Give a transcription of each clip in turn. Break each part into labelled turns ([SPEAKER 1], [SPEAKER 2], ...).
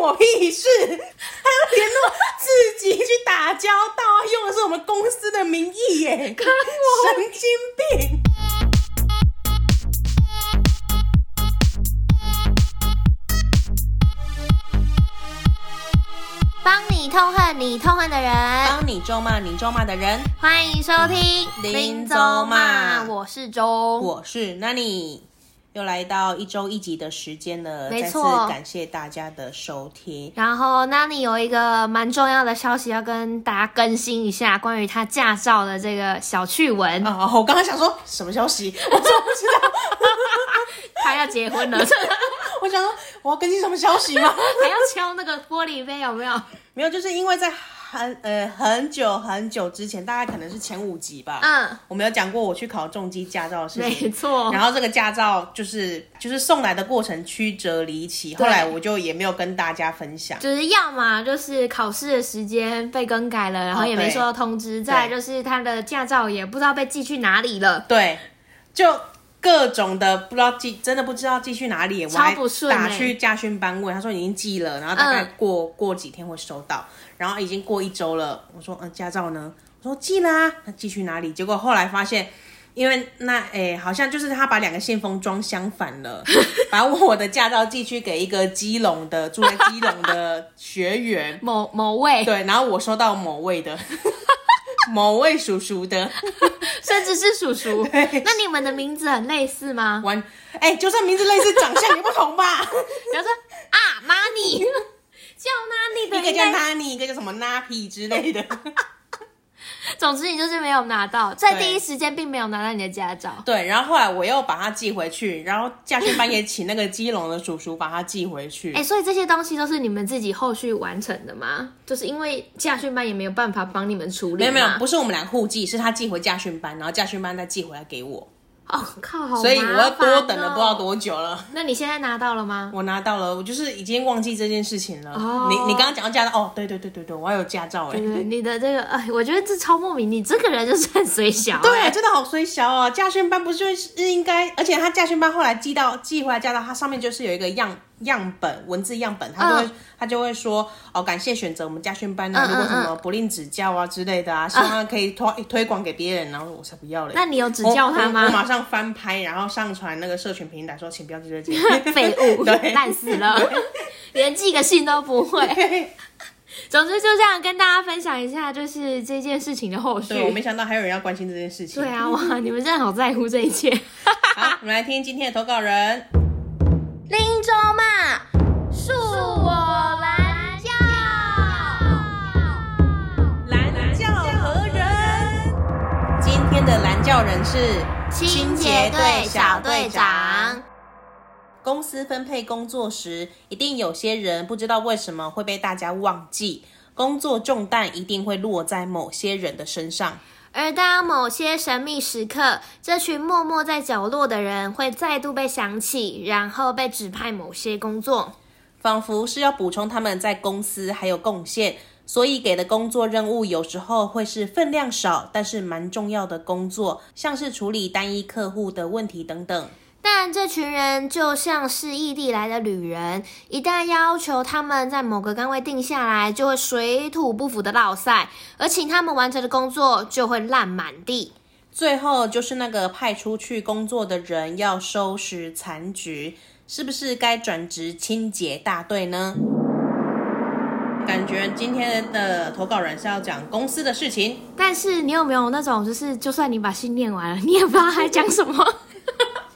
[SPEAKER 1] 我屁事？还要联络自己去打交道，用的是我们公司的名义耶，
[SPEAKER 2] 看我
[SPEAKER 1] 神经病！
[SPEAKER 2] 帮你痛恨你痛恨的人，
[SPEAKER 1] 帮你咒骂你咒骂的人，
[SPEAKER 2] 欢迎收听
[SPEAKER 1] 林州骂
[SPEAKER 2] 我是周，
[SPEAKER 1] 我是 Nani。又来到一周一集的时间了，
[SPEAKER 2] 没
[SPEAKER 1] 再次
[SPEAKER 2] 错
[SPEAKER 1] 感谢大家的收听。
[SPEAKER 2] 然后，那你有一个蛮重要的消息要跟大家更新一下，关于他驾照的这个小趣闻，
[SPEAKER 1] 啊、我刚刚想说什么消息，我真不知道。
[SPEAKER 2] 他要结婚了，还
[SPEAKER 1] 我想说我要更新什么消息吗？
[SPEAKER 2] 要敲那个玻璃杯，有没有？
[SPEAKER 1] 没有，就是因为在很呃很久很久之前，大概可能是前五集吧，
[SPEAKER 2] 嗯，
[SPEAKER 1] 我们有讲过我去考重机驾照的事
[SPEAKER 2] 没
[SPEAKER 1] 情。
[SPEAKER 2] 错
[SPEAKER 1] 然，后这个驾照就是就是送来的过程曲折离奇，
[SPEAKER 2] 对
[SPEAKER 1] 后来我就也没有跟大家分享。
[SPEAKER 2] 就是要么就是考试的时间被更改了，然后
[SPEAKER 1] 哦
[SPEAKER 2] 也没
[SPEAKER 1] 对
[SPEAKER 2] 收到通知，再来就是他的驾照也不知道被寄去哪里了。
[SPEAKER 1] 对，就各种的不知道寄，真的不知道寄去哪里，我
[SPEAKER 2] 超
[SPEAKER 1] 还
[SPEAKER 2] 不顺
[SPEAKER 1] 打
[SPEAKER 2] 欸
[SPEAKER 1] 去驾训班问，他说已经寄了，然后大概
[SPEAKER 2] 嗯
[SPEAKER 1] 过、过几天会收到，然后已经过一周了，我说嗯、呃驾照呢？我说寄啦、那寄去哪里？结果后来发现。因为那诶、好像就是他把两个信封装相反 了，把我的驾照寄去给一个基隆的住在基隆的学员，
[SPEAKER 2] 某某位，
[SPEAKER 1] 对，然后我收到某位的， 某位叔叔的，
[SPEAKER 2] 甚至是叔 叔，那你们的名字很类似吗？
[SPEAKER 1] 完，哎、就算名字类似，长相也不同吧？
[SPEAKER 2] 比方说啊，妈你叫妈你的，
[SPEAKER 1] 一个
[SPEAKER 2] 应
[SPEAKER 1] 叫
[SPEAKER 2] 该
[SPEAKER 1] Nani，一个叫什么 Napi 之类的。
[SPEAKER 2] 总之，你就是没有拿到，在
[SPEAKER 1] 对
[SPEAKER 2] 第一时间并没有拿到你的驾照。
[SPEAKER 1] 对，然后后来我又把它寄回去，然后驾训班也请那个基隆的叔叔把它寄回去。
[SPEAKER 2] 哎、所以这些东西都是你们自己后续完成的吗？就是因为驾训班也没有办法帮你们处理
[SPEAKER 1] 没
[SPEAKER 2] 嘛。
[SPEAKER 1] 有没有，不是我们俩互寄，是他寄回驾训班，然后驾训班再寄回来给我，
[SPEAKER 2] 哦，靠，好、哦
[SPEAKER 1] 所以我要多等了不知道。多久了。
[SPEAKER 2] 那你现在拿到了吗？
[SPEAKER 1] 我拿到了，我就是已经忘记这件事情了。
[SPEAKER 2] 哦
[SPEAKER 1] 你你刚刚讲到驾照，哦，对对对对对，我还有驾照哎、
[SPEAKER 2] 对对，你的这个，哎，我觉得这超莫名，你这个人就是很随小、
[SPEAKER 1] 对，
[SPEAKER 2] 哎，
[SPEAKER 1] 真的好衰小哦！驾训班不就是应该？而且他驾训班后来寄到寄回来驾照，它上面就是有一个样样本文字样本，他就会、他就会说哦，感谢选择我们驾训班啊，
[SPEAKER 2] 嗯嗯嗯嗯
[SPEAKER 1] 如果什么不吝指教啊之类的啊，希望可以推、推广给别人。然后我才不要嘞！
[SPEAKER 2] 那你有指教他
[SPEAKER 1] 我我我
[SPEAKER 2] 吗？
[SPEAKER 1] 马上翻拍，然后上传那个社群平台说，请不要记这件
[SPEAKER 2] 废物，
[SPEAKER 1] 对
[SPEAKER 2] 烂死了，连寄个信都不会。总之就这样跟大家分享一下，就是这件事情的后续。
[SPEAKER 1] 对，我没想到还有人要关心这件事情。
[SPEAKER 2] 对啊，哇，你们真的好在乎这一切。
[SPEAKER 1] 好，我们来听今天的投稿人。
[SPEAKER 2] 林州嘛，恕我蓝教。
[SPEAKER 1] 蓝教何人？今天的蓝教人是
[SPEAKER 2] 清洁队小队长。，
[SPEAKER 1] 公司分配工作时，一定有些人不知道为什么会被大家忘记，工作重担一定会落在某些人的身上。
[SPEAKER 2] 而当某些神秘时刻，这群默默在角落的人会再度被想起，然后被指派某些工作。
[SPEAKER 1] 仿佛是要补充他们在公司还有贡献，所以给的工作任务有时候会是分量少，但是蛮重要的工作，像是处理单一客户的问题等等。
[SPEAKER 2] 但这群人就像是异地来的旅人，一旦要求他们在某个岗位定下来，就会水土不服的落塞，而请他们完成的工作就会烂满地。
[SPEAKER 1] 最后就是那个派出去工作的人要收拾残局，是不是该转职清洁大队呢？感觉今天的投稿人是要讲公司的事情，
[SPEAKER 2] 但是你有没有那种，就是就算你把信念完了，你也不知道还讲什么？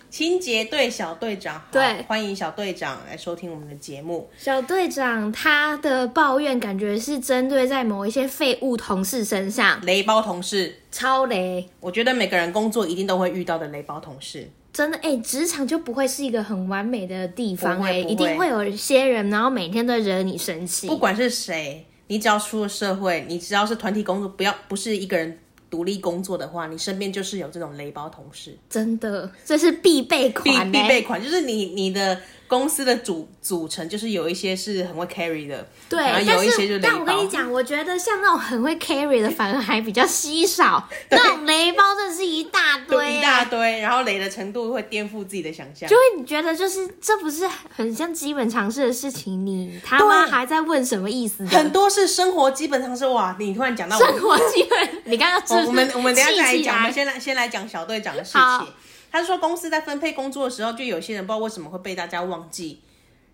[SPEAKER 1] 清洁队小队长，好
[SPEAKER 2] 对
[SPEAKER 1] 欢迎小队长来收听我们的节目。
[SPEAKER 2] 小队长他的抱怨感觉是针对在某一些废物同事身上，
[SPEAKER 1] 雷包同事，
[SPEAKER 2] 超雷，
[SPEAKER 1] 我觉得每个人工作一定都会遇到的雷包同事，
[SPEAKER 2] 真的哎，欸职、场就不会是一个很完美的地方
[SPEAKER 1] 不
[SPEAKER 2] 哎、
[SPEAKER 1] 会不会
[SPEAKER 2] 一定会有一些人，然后每天都惹你生气
[SPEAKER 1] 不。管是谁，你只要出了社会，你只要是团体工作，不要不是一个人独立工作的话，你身边就是有这种雷包同事。
[SPEAKER 2] 真的，这是必备款、
[SPEAKER 1] 必
[SPEAKER 2] 欸、
[SPEAKER 1] 必备款，就是你你的公司的组组成就是有一些是很会 carry 的，
[SPEAKER 2] 对，
[SPEAKER 1] 然后
[SPEAKER 2] 但
[SPEAKER 1] 有一些就雷
[SPEAKER 2] 是但我跟
[SPEAKER 1] 包
[SPEAKER 2] 你讲，我觉得像那种很会 carry 的，反而还比较 稀少。那种雷包真的是一大
[SPEAKER 1] 就
[SPEAKER 2] 堆、
[SPEAKER 1] 一
[SPEAKER 2] 啊，
[SPEAKER 1] 大堆，然后雷的程度会颠覆自己的想象
[SPEAKER 2] 就。会觉得就是这不是很像基本常识的事情，你他妈
[SPEAKER 1] 对
[SPEAKER 2] 还在问什么意 思？
[SPEAKER 1] 很多是生活基本上是哇，你突然讲到我哦
[SPEAKER 2] 生活基本，你刚刚是不
[SPEAKER 1] 我
[SPEAKER 2] 是
[SPEAKER 1] 我们我们等一下再来
[SPEAKER 2] 气起
[SPEAKER 1] 讲，我
[SPEAKER 2] 来
[SPEAKER 1] 们先来先来讲小队长的事
[SPEAKER 2] 好
[SPEAKER 1] 情。他说公司在分配工作的时候，就有些人不知道为什么会被大家忘记，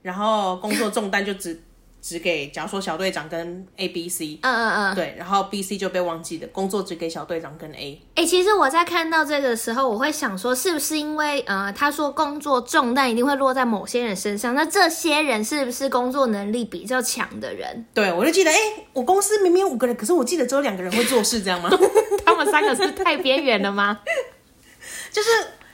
[SPEAKER 1] 然后工作重担就只只给，假如说小队长跟 A、B、C，
[SPEAKER 2] 嗯嗯嗯，
[SPEAKER 1] 对，然后 B、C 就被忘记的，工作只给小队长跟 A。
[SPEAKER 2] 哎、其实我在看到这个的时候，我会想说，是不是因为呃，他说工作重担一定会落在某些人身上，那这些人是不是工作能力比较强的人？
[SPEAKER 1] 对，我就记得，哎、我公司明明有五个人，可是我记得只有两个人会做事，这样吗？
[SPEAKER 2] 他们三个是太边缘了吗？
[SPEAKER 1] 就是，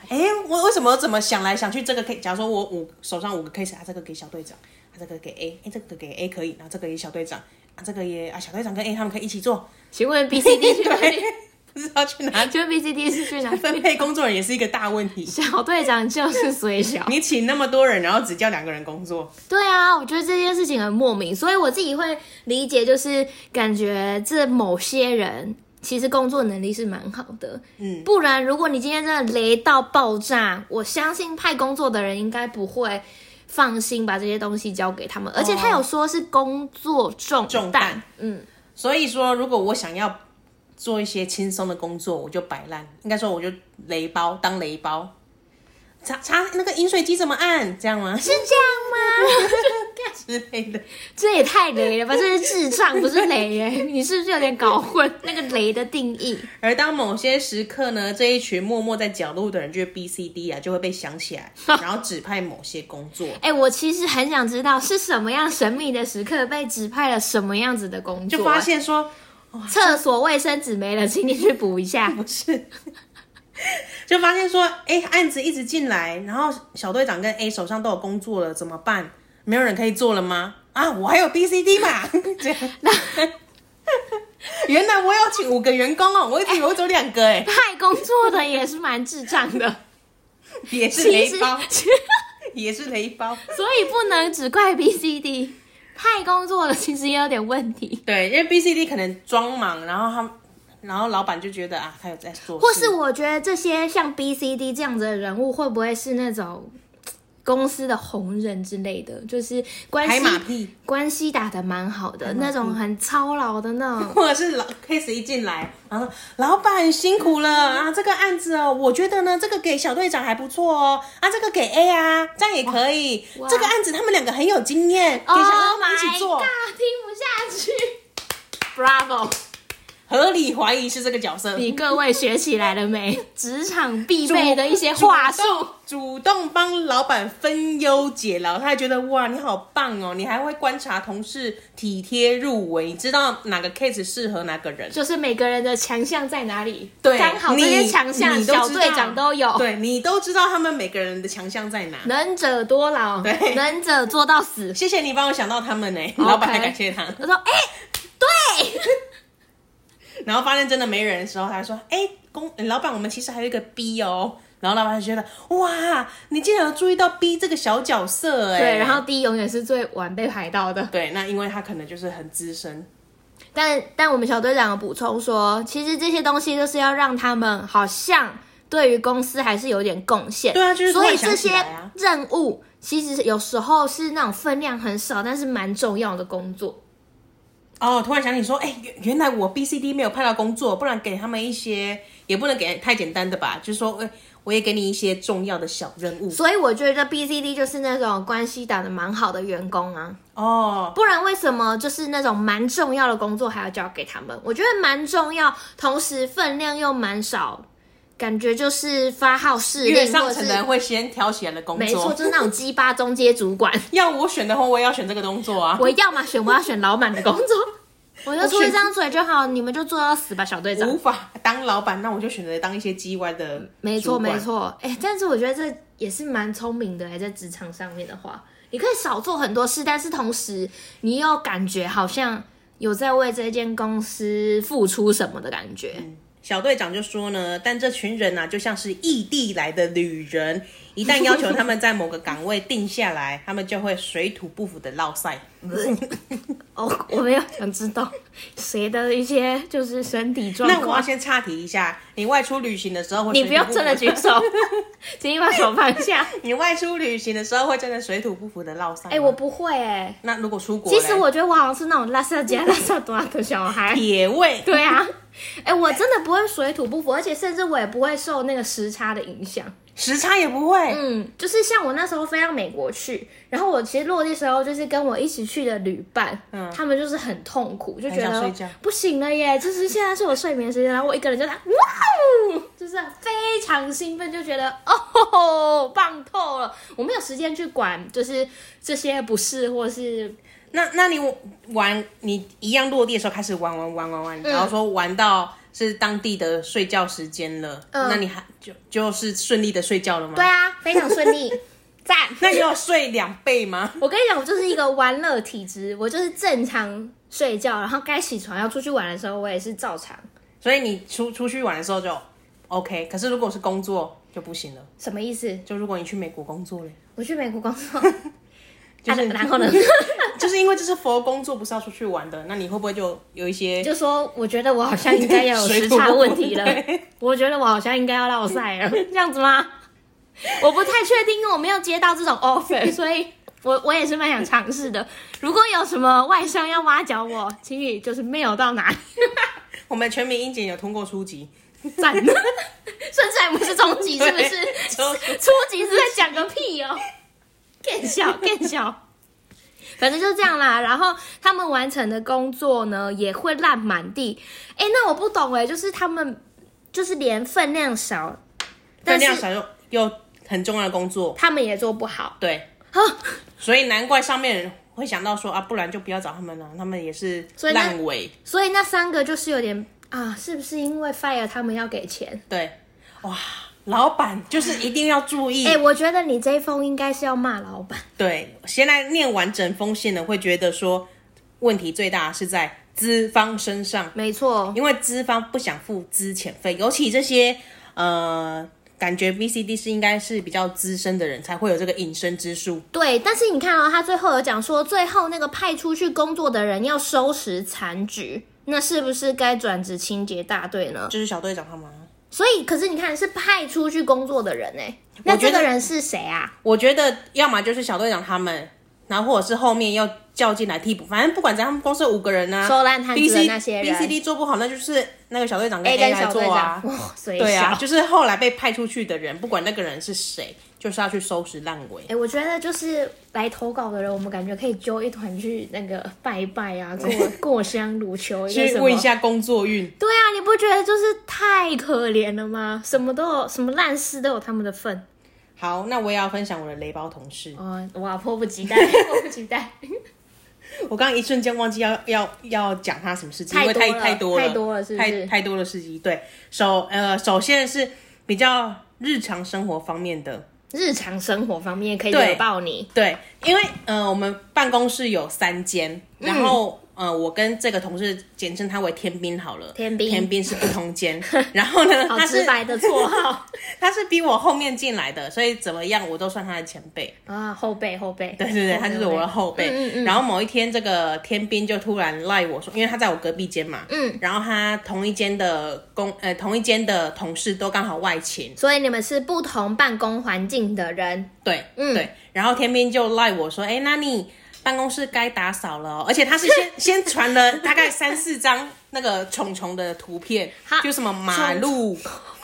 [SPEAKER 1] 哎、我为什么怎么想来想去，这个可以，假如说我五手上五个 case，啊，这个给小队长，啊，这个给 A，哎、这个给 A 可以，然后这个给小队长，啊，这个也啊，小队长跟 A 他们可以一起做，
[SPEAKER 2] 请问 B、C、D 去哪里？ 啊
[SPEAKER 1] 对，不知道去哪里。
[SPEAKER 2] 请问 B、C、D 是去哪
[SPEAKER 1] 分
[SPEAKER 2] 里？
[SPEAKER 1] 配工作人也是一个大问题。
[SPEAKER 2] 小队长就是虽小。
[SPEAKER 1] 你请那么多人，然后只叫两个人工作，
[SPEAKER 2] 对啊，我觉得这件事情很莫名，所以我自己会理解，就是感觉这某些人其实工作能力是蛮好的，嗯，不然如果你今天真的雷到爆炸，我相信派工作的人应该不会放心把这些东西交给他们，而且他有说是工作重担，
[SPEAKER 1] 哦重担
[SPEAKER 2] 嗯，
[SPEAKER 1] 所以说如果我想要做一些轻松的工作，我就摆烂，应该说我就雷包当雷包，查查那个饮水机怎么按，这样吗？
[SPEAKER 2] 是这样吗？
[SPEAKER 1] 之类的。
[SPEAKER 2] 这也太雷了吧！这是智障，不是雷耶！你是不是有点搞混那个雷的定义？
[SPEAKER 1] 而当某些时刻呢，这一群默默在角落的人，就是 B、C、D 啊，就会被想起来，然后指派某些工作，
[SPEAKER 2] 哎、我其实很想知道是什么样神秘的时刻被指派了什么样子的工作，啊
[SPEAKER 1] 就发现说
[SPEAKER 2] 厕所卫生纸没了，请你去补一下。
[SPEAKER 1] 不是，就发现说，哎、案子一直进来，然后小队长跟 A 手上都有工作了，怎么办？没有人可以做了吗？啊，我还有 B、C、D 嘛， 这样。原来我有请五个员工哦，我一直以为我只有两个哎、
[SPEAKER 2] 派工作的也是蛮智障的，
[SPEAKER 1] 也 是
[SPEAKER 2] 其
[SPEAKER 1] 雷
[SPEAKER 2] 实，
[SPEAKER 1] 包，
[SPEAKER 2] 其
[SPEAKER 1] 也是雷包。
[SPEAKER 2] 所以不能只怪 B C D，派工作的其实也有点问题，
[SPEAKER 1] 对，因为 B、C、D 可能装忙，然后他们，然后老板就觉得啊，他有在做事，
[SPEAKER 2] 或是我觉得这些像 B C D 这样子的人物，会不会是那种嘖公司的红人之类的，就是关
[SPEAKER 1] 拍
[SPEAKER 2] 系
[SPEAKER 1] 马屁，
[SPEAKER 2] 关系打得蛮好的那种，很操劳的那种。
[SPEAKER 1] 或者是老 case 一进来，然后说老板辛苦了啊，这个案子哦，我觉得呢，这个给小队长还不错哦，啊，这个给 A 啊，这样也可以
[SPEAKER 2] 哇，
[SPEAKER 1] 这个案子他们两个很有经 验，给小
[SPEAKER 2] Oh
[SPEAKER 1] 队长
[SPEAKER 2] my
[SPEAKER 1] 一起做
[SPEAKER 2] God，听不下去。Bravo！
[SPEAKER 1] 合理怀疑是这个角色，
[SPEAKER 2] 你各位学起来了没？ 职场必备的一些话术。
[SPEAKER 1] 主动帮老板分忧解劳，他还觉得哇，你好棒哦，你还会观察同事，体贴入微，你知道哪个 case 适合哪个人。
[SPEAKER 2] 就是每个人的强项在哪里，
[SPEAKER 1] 对
[SPEAKER 2] 刚好这些
[SPEAKER 1] 你
[SPEAKER 2] 强项
[SPEAKER 1] 你都知
[SPEAKER 2] 小
[SPEAKER 1] 道
[SPEAKER 2] 队长都有，
[SPEAKER 1] 对你都知道他们每个人的强项在哪。
[SPEAKER 2] 能者多劳，
[SPEAKER 1] 对
[SPEAKER 2] 能者做到死。
[SPEAKER 1] 谢谢你帮我想到他们呢、老板还感谢他。
[SPEAKER 2] 我说，哎、对，
[SPEAKER 1] 然后发现真的没人的时候，他说：“哎、公老板，我们其实还有一个 B 哦。”然后老板就觉得：“哇，你竟然有注意到 B 这个小角色哎、
[SPEAKER 2] 对，然后 D 永远是最晚被排到的。
[SPEAKER 1] 对，那因为他可能就是很资深，
[SPEAKER 2] 但但我们小队长有补充说，其实这些东西就是要让他们好像对于公司还是有点贡献。
[SPEAKER 1] 对啊就是突
[SPEAKER 2] 所
[SPEAKER 1] 然
[SPEAKER 2] 以这
[SPEAKER 1] 想起
[SPEAKER 2] 些
[SPEAKER 1] 来啊
[SPEAKER 2] 任务其实有时候是那种分量很少，但是蛮重要的工作。
[SPEAKER 1] 哦，突然想起说，哎、原原来我 B、C、D 没有派到工作，不然给他们一些，也不能给太简单的吧，就是说，哎、我也给你一些重要的小任务
[SPEAKER 2] 所以我觉得 B、C、D 就是那种关系打得蛮好的员工啊，
[SPEAKER 1] 哦。
[SPEAKER 2] 不然为什么就是那种蛮重要的工作还要交给他们？我觉得蛮重要，同时分量又蛮少，感觉就是发号施令，
[SPEAKER 1] 越上层
[SPEAKER 2] 或
[SPEAKER 1] 的
[SPEAKER 2] 者是
[SPEAKER 1] 人会先挑起来的工
[SPEAKER 2] 没错，
[SPEAKER 1] 作，
[SPEAKER 2] 就是那种鸡巴中阶 主管。
[SPEAKER 1] 要我选的话，我也要选这个工作啊。
[SPEAKER 2] 我要么选，我要选老板的 工作，我就出一张嘴就好，你们就做到死吧，小队长
[SPEAKER 1] 无。法当老板，那我就选择当一些叽歪的。
[SPEAKER 2] 没错，没。错。哎、但是我觉得这也是蛮聪明的、哎，在职场上面的话，你可以少做很多事，但是同时你又
[SPEAKER 1] 嗯
[SPEAKER 2] 感觉好像有在为这间公司付出什么的感觉。
[SPEAKER 1] 小队长就说呢，但这群人啊，就像是异地来的旅 人，一旦要求他们在某个岗位定下来，他们就会水土不服的落塞。
[SPEAKER 2] 哦，我没有想知道谁的一些就是身体状
[SPEAKER 1] 那我要
[SPEAKER 2] 况。
[SPEAKER 1] 先岔题一下，你外出旅行的时候会
[SPEAKER 2] 你
[SPEAKER 1] 水
[SPEAKER 2] 不
[SPEAKER 1] 土
[SPEAKER 2] 要
[SPEAKER 1] 服
[SPEAKER 2] 真的举手， 请你把手放 下。
[SPEAKER 1] 你外出旅行的时候会真的水土不欸服的落塞吗。
[SPEAKER 2] 哎、我不会哎、
[SPEAKER 1] 那如果出国嘞，
[SPEAKER 2] 其实我觉得我好像是那种拉萨加拉萨多的小孩。
[SPEAKER 1] 野味，
[SPEAKER 2] 对啊， 哎、我真的不会水土不服，而且甚至我也不会受那个时差的影响。
[SPEAKER 1] 时差也不会。
[SPEAKER 2] 嗯，就是像我那时候飞到美国去，然后我其实落地时候就是跟我一起去的旅伴，
[SPEAKER 1] 嗯
[SPEAKER 2] 他们就是很痛苦，就觉
[SPEAKER 1] 很想
[SPEAKER 2] 得
[SPEAKER 1] 睡觉
[SPEAKER 2] 不行了耶，就是现在是我睡眠时间，然后我一个人就在哇哦，就是非常兴奋，就觉得哦吼吼棒透了，我没有时间去管就是这些不适或是
[SPEAKER 1] 那那你玩你一样落地的时候开始玩玩玩玩玩，
[SPEAKER 2] 嗯
[SPEAKER 1] 然后说玩到是当地的睡觉时间了，
[SPEAKER 2] 嗯
[SPEAKER 1] 那你还就就是顺利的睡觉了吗？
[SPEAKER 2] 对。啊，非常顺 利，赞。
[SPEAKER 1] 那你有睡两倍吗？
[SPEAKER 2] 我跟你讲，我就是一个玩乐体质，我就是正常睡觉，然后该起床要出去玩的时候，我也是照常。
[SPEAKER 1] 所以你出出去玩的时候就 OK，可是如果是工作就不行了。
[SPEAKER 2] 什么意思？
[SPEAKER 1] 就如果你去美国工作嘞，
[SPEAKER 2] 我去美国工作，
[SPEAKER 1] 就是、
[SPEAKER 2] 啊然后呢？
[SPEAKER 1] 就是因为这是佛工作，不是要出去玩的，那你会不会就有一些
[SPEAKER 2] 就说我觉得我好像应该要有 时差问题了，我觉得我好像应该要落赛了， 这样子吗？我不太确定，因为我没有接到这种 offer，所以我我也是蛮想尝试的。如果有什么外商要挖角我，请你就是 mail 到哪里
[SPEAKER 1] 我们全民英检有通过初级，
[SPEAKER 2] 赞，甚至还不是中级，是不是？
[SPEAKER 1] 对就是
[SPEAKER 2] 初级是在讲个屁哦， 更小更小。反正就这样啦，然后他们完成的工作呢也会烂满地。哎、那我不懂哎、就是他们就是连分量少，
[SPEAKER 1] 分
[SPEAKER 2] 但
[SPEAKER 1] 量
[SPEAKER 2] 是
[SPEAKER 1] 少又又很重要的工作，
[SPEAKER 2] 他们也做不好
[SPEAKER 1] 对，
[SPEAKER 2] 啊，
[SPEAKER 1] 所以难怪上面人会想到说啊，不然就不要找他们了，他们也是
[SPEAKER 2] 所以那
[SPEAKER 1] 烂尾，
[SPEAKER 2] 所以那三个就是有点啊，是不是因为 fire 他们要给钱？
[SPEAKER 1] 对，哇，老板就是一定要注 意，
[SPEAKER 2] 哎、我觉得你这一封应该是要骂老板。
[SPEAKER 1] 对，先来念完整封信呢，会觉得说问题最大是在资方身上，
[SPEAKER 2] 没错，
[SPEAKER 1] 因为资方不想付资遣费，尤其这些呃，感觉 VCD 是应该是比较资深的人才会有这个隐身之术，
[SPEAKER 2] 对，但是你看哦，他最后有讲说，最后那个派出去工作的人要收拾残局，那是不是该转职清洁大队呢？
[SPEAKER 1] 就是小队长他们啊。
[SPEAKER 2] 所以，可是你看，是派出去工作的人哎、那
[SPEAKER 1] 我觉
[SPEAKER 2] 这
[SPEAKER 1] 得
[SPEAKER 2] 个人是谁啊？
[SPEAKER 1] 我觉得要么就是小队长他们，然后或者是后面要叫进来替补，反正不管怎样，他们公司有五个人啊，
[SPEAKER 2] 收烂摊子的
[SPEAKER 1] BC
[SPEAKER 2] 那些人
[SPEAKER 1] BCD 做不好，那就是那个小队长跟
[SPEAKER 2] A 哎跟
[SPEAKER 1] A 来
[SPEAKER 2] 小队
[SPEAKER 1] 做
[SPEAKER 2] 长
[SPEAKER 1] 啊，，
[SPEAKER 2] 哇，水小。
[SPEAKER 1] 对啊，就是后来被派出去的人，不管那个人是谁，就是要去收拾烂 尾
[SPEAKER 2] 哎、。我觉得就是来投稿的人，我们感觉可以揪一团去那个拜拜啊，过过香炉求一个什
[SPEAKER 1] 去
[SPEAKER 2] 么？
[SPEAKER 1] 问一下工作运，
[SPEAKER 2] 对啊，你不觉得就是太可怜了吗？什么都有，什么烂事都有他们的份。
[SPEAKER 1] 好，那我也要分享我的雷包同事。
[SPEAKER 2] 哦，哇，迫不及待， 迫不及待，
[SPEAKER 1] 我刚刚一瞬间忘记要要要讲他什么事情，
[SPEAKER 2] 太
[SPEAKER 1] 因为太
[SPEAKER 2] 多了
[SPEAKER 1] 太多了，
[SPEAKER 2] 太多了是不是
[SPEAKER 1] 太太多的事情。对，首呃，首先是比较日常生活方面的，
[SPEAKER 2] 日常生活方面可以
[SPEAKER 1] 对
[SPEAKER 2] 惹爆你，
[SPEAKER 1] 对，因为呃，我们办公室有三间，然后、呃，我跟这个同事简称他为天兵好了，
[SPEAKER 2] 天兵
[SPEAKER 1] 天兵是不同 间，然后呢，
[SPEAKER 2] 好
[SPEAKER 1] 他
[SPEAKER 2] 直
[SPEAKER 1] 是
[SPEAKER 2] 白的绰 号
[SPEAKER 1] 他是比我后面进来的，所以怎么样我都算他的前辈。
[SPEAKER 2] 啊，后辈后辈，哦
[SPEAKER 1] 对对对，他就是我的
[SPEAKER 2] 后
[SPEAKER 1] 后辈。
[SPEAKER 2] 嗯嗯嗯
[SPEAKER 1] 然后某一天，这个天兵就突然赖我说，因为他在我隔壁间嘛，
[SPEAKER 2] 嗯，
[SPEAKER 1] 然后他同一间的工呃同一间的同事都刚好外勤
[SPEAKER 2] 辈，所以你们是不同办公环境的人，
[SPEAKER 1] 对，
[SPEAKER 2] 嗯
[SPEAKER 1] 对。然后天兵就赖我说，哎，那你办公室该打扫了、哦，而且他是先 先传了大概三四张那个虫虫的图片
[SPEAKER 2] 好，
[SPEAKER 1] 就什么马路，